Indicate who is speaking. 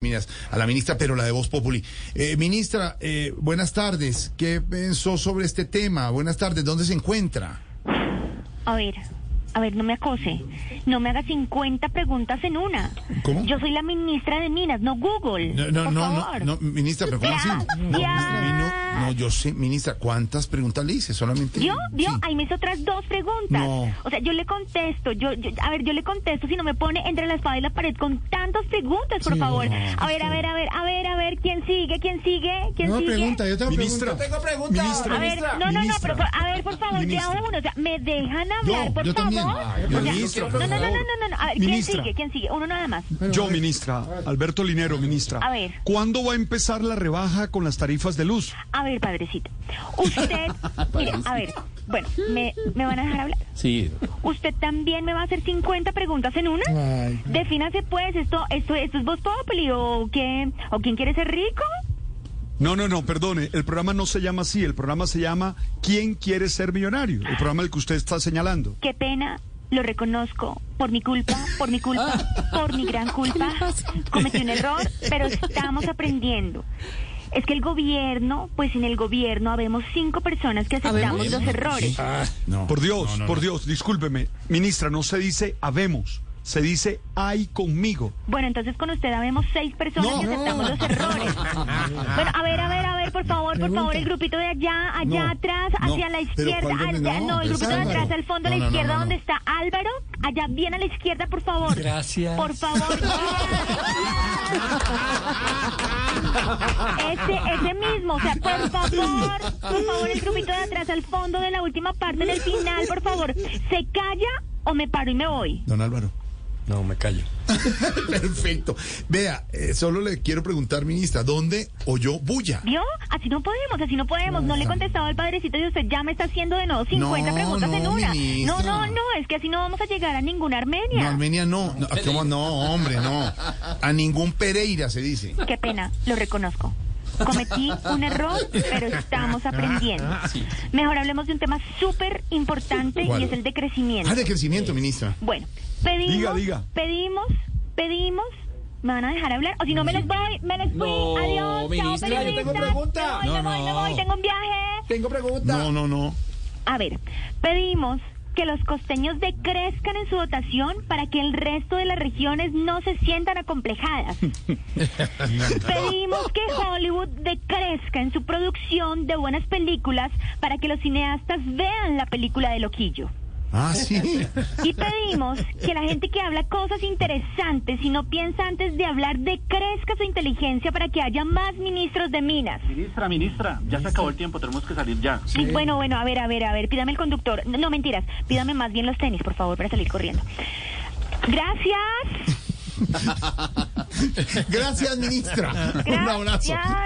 Speaker 1: líneas a la ministra, pero la de Voz Populi. Eh, ministra, eh, buenas tardes. ¿Qué pensó sobre este tema? Buenas tardes. ¿Dónde se encuentra?
Speaker 2: A ver, a ver, no me acose. No me haga 50 preguntas en una.
Speaker 1: ¿Cómo?
Speaker 2: Yo soy la ministra de Minas, no Google.
Speaker 1: No, no,
Speaker 2: por
Speaker 1: no, no,
Speaker 2: favor.
Speaker 1: no, ministra, pero ¿cómo así?
Speaker 2: Gracias.
Speaker 1: No, ministra, no, no, yo sé, ministra, ¿cuántas preguntas le hice? Solamente.
Speaker 2: ¿Vio? ¿Vio?
Speaker 1: Sí.
Speaker 2: Ahí me hizo otras dos preguntas.
Speaker 1: No.
Speaker 2: O sea, yo le contesto. Yo, yo- a ver, yo le contesto si no me pone entre la espada y la pared con tantas preguntas, por
Speaker 1: Sí,
Speaker 2: favor.
Speaker 1: no,
Speaker 2: a ver, a ver, a ver, a ver, a ver, ¿quién sigue? ¿Quién sigue? ¿Quién
Speaker 3: No,
Speaker 2: sigue?
Speaker 3: pregunta, yo tengo
Speaker 1: Ministra.
Speaker 3: pregunta.
Speaker 4: Tengo preguntas.
Speaker 3: Ministra.
Speaker 2: A ver, no, no, no,
Speaker 1: eh. Ministra.
Speaker 2: pero por- a ver, por favor, ya
Speaker 1: Ministra.
Speaker 2: uno, o sea, ¿me dejan hablar,
Speaker 1: Yo,
Speaker 2: por
Speaker 1: yo
Speaker 2: favor?
Speaker 1: también. Ay,
Speaker 2: O sea,
Speaker 3: ministra,
Speaker 2: no,
Speaker 3: por
Speaker 2: no, no, no,
Speaker 3: favor.
Speaker 2: no, no, a ver,
Speaker 3: Ministra.
Speaker 2: ¿quién sigue? ¿Quién sigue? Uno nada más.
Speaker 3: Yo, ministra, Alberto Linero, ministra.
Speaker 2: A ver.
Speaker 3: ¿Cuándo va a empezar la rebaja con las tarifas de luz?
Speaker 2: A ver, padrecito, usted, mire, a ver, bueno, ¿me, ¿me van a dejar hablar?
Speaker 4: Sí.
Speaker 2: ¿Usted también me va a hacer 50 preguntas en una?
Speaker 1: Ah.
Speaker 3: Ay.
Speaker 2: Defínase pues, ¿esto esto, esto es Voz Populi o qué? ¿O quién quiere ser rico?
Speaker 3: No, no, no, perdone, el programa no se llama así, el programa se llama ¿Quién quiere ser millonario? El programa el que usted está señalando.
Speaker 2: Qué pena, lo reconozco, por mi culpa, por mi culpa, por mi gran culpa. Cometí un error, pero estamos aprendiendo. Es que el gobierno, pues en el gobierno habemos cinco personas que aceptamos los errores.
Speaker 1: Ah, No,
Speaker 3: Por Dios,
Speaker 1: no, no,
Speaker 3: por
Speaker 1: no.
Speaker 3: Dios, discúlpeme. Ministra, no se dice habemos, se dice hay conmigo.
Speaker 2: Bueno, entonces con usted habemos seis personas
Speaker 1: No.
Speaker 2: que aceptamos los errores. Bueno, a ver, a ver, a ver, por favor, por favor, el grupito de allá, allá
Speaker 1: No,
Speaker 2: atrás,
Speaker 1: no,
Speaker 2: hacia la
Speaker 1: pero
Speaker 2: izquierda,
Speaker 1: ¿cuál de-
Speaker 2: allá,
Speaker 1: no,
Speaker 2: no, el grupito de
Speaker 1: Álvaro.
Speaker 2: atrás, al fondo a
Speaker 1: No,
Speaker 2: la
Speaker 1: no, no,
Speaker 2: izquierda,
Speaker 1: no,
Speaker 2: donde
Speaker 1: no.
Speaker 2: está Álvaro, allá bien a la izquierda, por favor.
Speaker 4: Gracias.
Speaker 2: Por favor. Ese, ese mismo, o sea, por favor, por favor, el grupito de atrás, al fondo de la última parte del final, por favor. ¿Se calla o me paro y me voy?
Speaker 1: Don Álvaro.
Speaker 4: No, me callo.
Speaker 1: Perfecto. Vea, eh, solo le quiero preguntar, ministra, ¿dónde oyó bulla?
Speaker 2: ¿Vio? Así no podemos, así no podemos. No le he contestado al padrecito y usted ya me está haciendo de nuevo 50
Speaker 1: No,
Speaker 2: preguntas
Speaker 1: no,
Speaker 2: en una.
Speaker 1: ministra.
Speaker 2: No, no, no, es que así no vamos a llegar a ninguna
Speaker 1: No,
Speaker 2: Armenia.
Speaker 1: Armenia no. No, ¿cómo? no, hombre, no. A ningún Pereira se dice.
Speaker 2: Qué pena, lo reconozco. Cometí un error, pero estamos aprendiendo. Mejor hablemos de un tema súper importante
Speaker 1: ¿Cuál?
Speaker 2: y es el de crecimiento.
Speaker 1: Ah, de crecimiento, ministra.
Speaker 2: Bueno, pedimos,
Speaker 3: Diga, diga.
Speaker 2: pedimos, pedimos. ¿Me van a dejar hablar? O si no, me les voy, me les fui.
Speaker 4: No,
Speaker 2: Adiós,
Speaker 4: ministra,
Speaker 2: chao,
Speaker 4: yo tengo
Speaker 2: periodistas.
Speaker 4: pregunta.
Speaker 2: Me voy, me
Speaker 4: No,
Speaker 2: voy, me
Speaker 4: no.
Speaker 2: voy, tengo un viaje.
Speaker 4: Tengo preguntas.
Speaker 1: No, no, no.
Speaker 2: A ver, pedimos que los costeños decrezcan en su votación para que el resto de las regiones no se sientan acomplejadas. pedimos que Hollywood decrezca en su producción de buenas películas para que los cineastas vean la película de Loquillo.
Speaker 1: Ah, sí.
Speaker 2: Y pedimos que la gente que habla cosas interesantes y no piensa antes de hablar decrezca su inteligencia para que haya más ministros de minas.
Speaker 5: Ministra, ministra, ya se acabó el tiempo, tenemos que salir ya.
Speaker 2: Ay, Bueno, bueno, a ver, a ver, a ver, pídame el conductor. No, no, mentiras, pídame más bien los tenis, por favor, para salir corriendo. Gracias,
Speaker 1: Gracias, ministra. Un abrazo.
Speaker 2: gracias.